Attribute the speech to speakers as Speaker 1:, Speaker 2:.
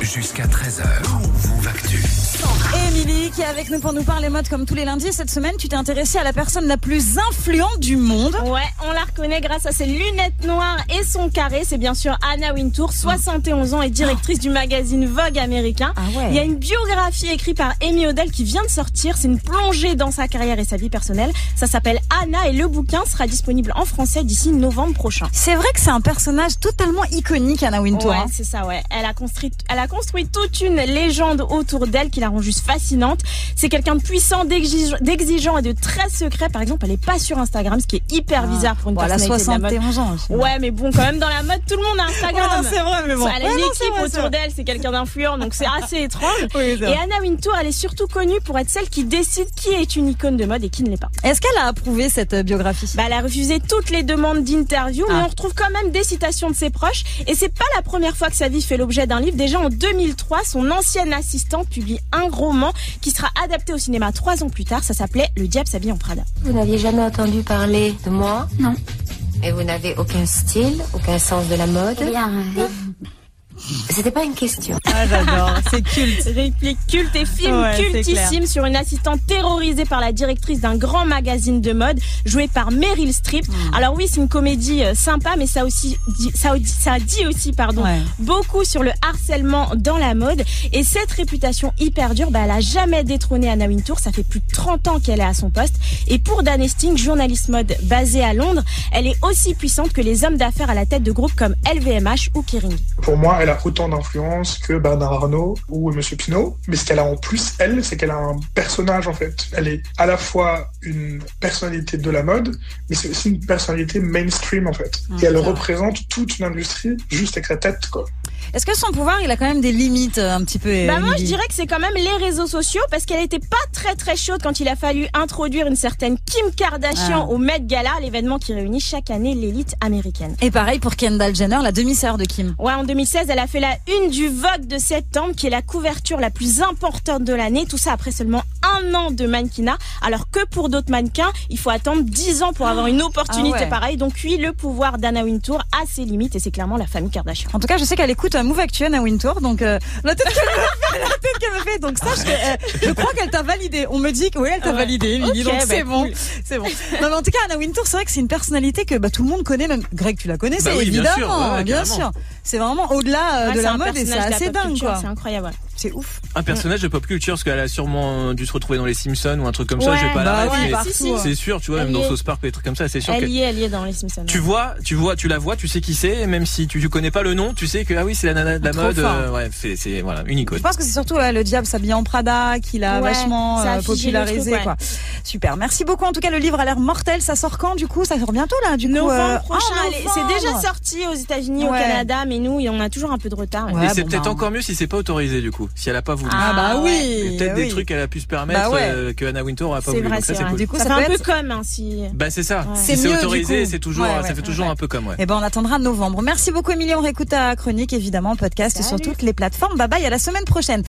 Speaker 1: jusqu'à 13h. Move Actu.
Speaker 2: Émilie qui est avec nous pour nous parler mode comme tous les lundis. Cette semaine, tu t'es intéressée à la personne la plus influente du monde.
Speaker 3: Ouais, on la reconnaît grâce à ses lunettes noires et son carré. C'est bien sûr Anna Wintour, 71 ans et directrice du magazine Vogue américain.
Speaker 2: Ah ouais.
Speaker 3: Il y a une biographie écrite par Amy Odell qui vient de sortir. C'est une plongée dans sa carrière et sa vie personnelle. Ça s'appelle Anna et le bouquin sera disponible en français d'ici novembre prochain.
Speaker 2: C'est vrai que c'est un personnage totalement iconique, Anna Wintour.
Speaker 3: Ouais,
Speaker 2: hein.
Speaker 3: c'est ça, ouais. Elle a, construit, elle a construit toute une légende autour d'elle qui la rend juste fascinante. C'est quelqu'un de puissant, d'exige- d'exigeant et de très secret. Par exemple, elle est pas sur Instagram, ce qui est hyper bizarre pour une
Speaker 2: Ah. Bon, elle a
Speaker 3: personnalité de la mode.
Speaker 2: 71 ans.
Speaker 3: Ouais, mais bon, quand même, dans la mode, tout le monde a Instagram.
Speaker 2: vrai, mais
Speaker 3: Elle a une équipe autour d'elle, c'est quelqu'un d'influent, donc c'est assez étrange. Et
Speaker 2: d'elle.
Speaker 3: Anna Wintour, elle est surtout connue pour être celle qui décide qui est une icône de mode et qui ne l'est pas.
Speaker 2: Est-ce qu'elle a approuvé cette euh, biographie
Speaker 3: Bah, elle a refusé toutes les demandes d'interview, mais
Speaker 2: Ah.
Speaker 3: on retrouve quand même des citations de ses proches. Et c'est pas la première fois que sa vie fait l'objet d'un livre. Déjà en 2003, son ancienne assistante publie un roman qui sera adapté au cinéma trois ans plus tard. Ça s'appelait Le diable s'habille en Prada.
Speaker 4: Vous n'aviez jamais entendu parler de moi Non. Et vous n'avez aucun style, aucun sens de la mode
Speaker 5: Bien, euh,
Speaker 4: C'était pas une question.
Speaker 2: Ah, j'adore, c'est culte.
Speaker 3: Réplique culte et film
Speaker 2: Ouais, c'est
Speaker 3: cultissime sur une assistante terrorisée par la directrice d'un grand magazine de mode jouée par Meryl Streep.
Speaker 2: Hmm.
Speaker 3: Alors oui, c'est une comédie euh, sympa, mais ça aussi, dit- ça, dit- ça dit aussi, pardon,
Speaker 2: Ouais.
Speaker 3: beaucoup sur le harcèlement dans la mode. Et cette réputation hyper dure, bah, elle a jamais détrôné Anna Wintour. Ça fait plus de 30 ans qu'elle est à son poste. Et pour Dan Esting, journaliste mode basée à Londres, elle est aussi puissante que les hommes d'affaires à la tête de groupes comme LVMH ou Kering.
Speaker 6: Pour moi, elle a autant d'influence que Bernard Arnault ou Monsieur Pinault. Mais ce qu'elle a en plus, elle, c'est qu'elle a un personnage, en fait. Elle est à la fois une personnalité de la mode, mais c'est aussi une personnalité mainstream, en fait.
Speaker 2: Ah,
Speaker 6: Et elle
Speaker 2: ça.
Speaker 6: représente toute une industrie juste avec sa tête, quoi.
Speaker 2: Est-ce que son pouvoir, il a quand même des limites euh, un petit peu
Speaker 3: Bah moi
Speaker 2: Émilie
Speaker 3: je dirais que c'est quand même les réseaux sociaux parce qu'elle était pas très très chaude quand il a fallu introduire une certaine Kim Kardashian
Speaker 2: Ah.
Speaker 3: au Met Gala, l'événement qui réunit chaque année l'élite américaine.
Speaker 2: Et pareil pour Kendall Jenner, la demi-sœur de Kim.
Speaker 3: Ouais, en 2016, elle a fait la une du Vogue de septembre, qui est la couverture la plus importante de l'année. Tout ça après seulement un an de mannequinat. Alors que pour d'autres mannequins, il faut attendre 10 ans pour avoir une opportunité
Speaker 2: Ah ouais.
Speaker 3: pareille. Donc oui, le pouvoir d'Anna Wintour a ses limites et c'est clairement la famille Kardashian.
Speaker 2: En tout cas, je sais qu'elle écoute un Move Actuel à Wintour, donc euh, la tête qu'elle me fait, la tête qu'elle me fait. Donc sache que euh, je crois qu'elle t'a validé. On me dit que oui, elle t'a
Speaker 3: Ouais.
Speaker 2: validé, Émilie,
Speaker 3: Ok,
Speaker 2: donc
Speaker 3: bah,
Speaker 2: c'est bon,
Speaker 3: cool.
Speaker 2: c'est bon. Non, mais en tout cas, Anna Wintour, c'est vrai que c'est une personnalité que bah, tout le monde connaît. Même Greg, tu la connais,
Speaker 7: Bah
Speaker 2: c'est
Speaker 7: oui, bien
Speaker 2: évidemment,
Speaker 7: sûr, ouais, ouais,
Speaker 2: bien
Speaker 7: carrément.
Speaker 2: sûr. C'est vraiment au-delà euh,
Speaker 3: Ouais,
Speaker 2: de
Speaker 3: c'est
Speaker 2: la
Speaker 3: un
Speaker 2: mode et c'est
Speaker 3: personnage de la
Speaker 2: assez
Speaker 3: pop
Speaker 2: dingue,
Speaker 3: culture,
Speaker 2: quoi.
Speaker 3: C'est incroyable. ouais.
Speaker 2: C'est ouf.
Speaker 7: Un personnage de pop culture, parce qu'elle a sûrement euh, dû se retrouver dans les Simpsons ou un truc comme ça,
Speaker 3: Ouais,
Speaker 7: je vais pas
Speaker 2: bah
Speaker 7: la
Speaker 2: oui,
Speaker 7: mais
Speaker 2: partout, ouais.
Speaker 7: C'est sûr, tu vois,
Speaker 3: Elle
Speaker 7: même
Speaker 3: y
Speaker 7: dans
Speaker 3: est.
Speaker 7: Sauce Park et des trucs comme ça, c'est sûr
Speaker 3: Elle
Speaker 7: que.
Speaker 3: y est, elle y est dans les Simpsons.
Speaker 7: Tu vois, tu vois, tu la vois, tu sais qui c'est, et même si tu, tu connais pas le nom, tu sais que ah oui c'est la nana de la
Speaker 2: Trop
Speaker 7: mode,
Speaker 2: fort.
Speaker 7: euh, ouais, c'est c'est- voilà une icône.
Speaker 2: Je pense que c'est surtout ouais, le diable s'habille en Prada qui l'a
Speaker 3: Ouais,
Speaker 2: vachement
Speaker 3: ça a
Speaker 2: euh,
Speaker 3: figé le
Speaker 2: popularisé.
Speaker 3: truc, ouais.
Speaker 2: quoi. Super. Merci beaucoup. En tout cas, le livre a l'air mortel. Ça sort quand du coup Ça sort bientôt là du coup euh,
Speaker 3: Novembre prochain,
Speaker 2: ah,
Speaker 3: elle est-
Speaker 2: novembre.
Speaker 3: c'est déjà sorti aux États-Unis, au
Speaker 2: Ouais.
Speaker 3: Canada, mais nous, on a toujours un peu de retard.
Speaker 2: Ouais,
Speaker 7: et c'est
Speaker 2: bon,
Speaker 7: peut-être
Speaker 2: bah,
Speaker 7: encore mieux si c'est pas autorisé du coup, si elle a pas voulu.
Speaker 2: Ah bah
Speaker 3: ouais.
Speaker 2: oui.
Speaker 7: Et peut-être
Speaker 2: oui.
Speaker 7: des trucs qu'elle a pu se permettre
Speaker 2: Bah ouais.
Speaker 7: euh, que Anna Wintour a pas
Speaker 3: C'est
Speaker 7: voulu.
Speaker 3: vrai,
Speaker 7: Donc ça
Speaker 3: c'est
Speaker 7: c'est
Speaker 3: vrai.
Speaker 7: cool.
Speaker 2: Du coup,
Speaker 3: ça,
Speaker 2: ça,
Speaker 3: fait
Speaker 2: peut
Speaker 3: un
Speaker 2: être...
Speaker 3: peu comme hein, si.
Speaker 7: Bah c'est ça.
Speaker 3: Ouais.
Speaker 2: C'est
Speaker 7: Si c'est
Speaker 2: mieux, du
Speaker 7: autorisé,
Speaker 2: coup.
Speaker 7: c'est toujours,
Speaker 2: Ouais, ouais,
Speaker 7: ça fait toujours
Speaker 2: ouais.
Speaker 7: un peu comme ouais.
Speaker 2: Eh ben, on attendra novembre. Merci beaucoup, Émilie. On réécoute ta chronique, évidemment, en podcast
Speaker 3: Salut.
Speaker 2: sur toutes les plateformes. Bye bye, à la semaine prochaine.